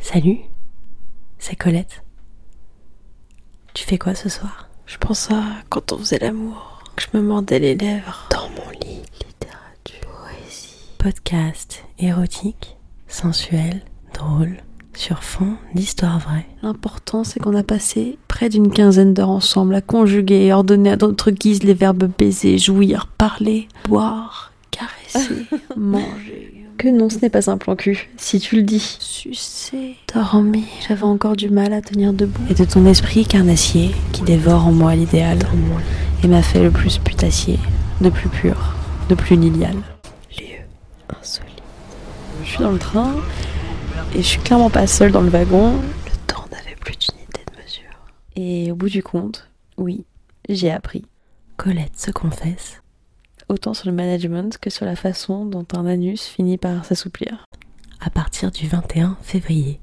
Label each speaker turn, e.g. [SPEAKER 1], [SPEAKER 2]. [SPEAKER 1] Salut, c'est Colette. Tu fais quoi ce soir
[SPEAKER 2] Je pense à quand on faisait l'amour, que je me mordais les lèvres. Dans mon lit. Littérature. Poésie.
[SPEAKER 1] Podcast érotique, sensuel, drôle, sur fond d'histoire vraie.
[SPEAKER 2] L'important, c'est qu'on a passé près d'une quinzaine d'heures ensemble à conjuguer et ordonner à notre guise les verbes baiser, jouir, parler, boire, caresser, manger. Que non, ce n'est pas un plan cul, si tu le dis. Sucer, dormir. J'avais encore du mal à tenir debout.
[SPEAKER 1] Et de ton esprit carnassier qui dévore en moi l'idéal et m'a fait le plus putassier, de plus pur, de plus nilial.
[SPEAKER 2] Lieu insolite. Je suis dans le train et je suis clairement pas seule dans le wagon. Le temps n'avait plus d'unité de mesure. Et au bout du compte, oui, j'ai appris.
[SPEAKER 1] Colette se confesse.
[SPEAKER 2] Autant sur le management que sur la façon dont un anus finit par s'assouplir.
[SPEAKER 1] à partir du 21 février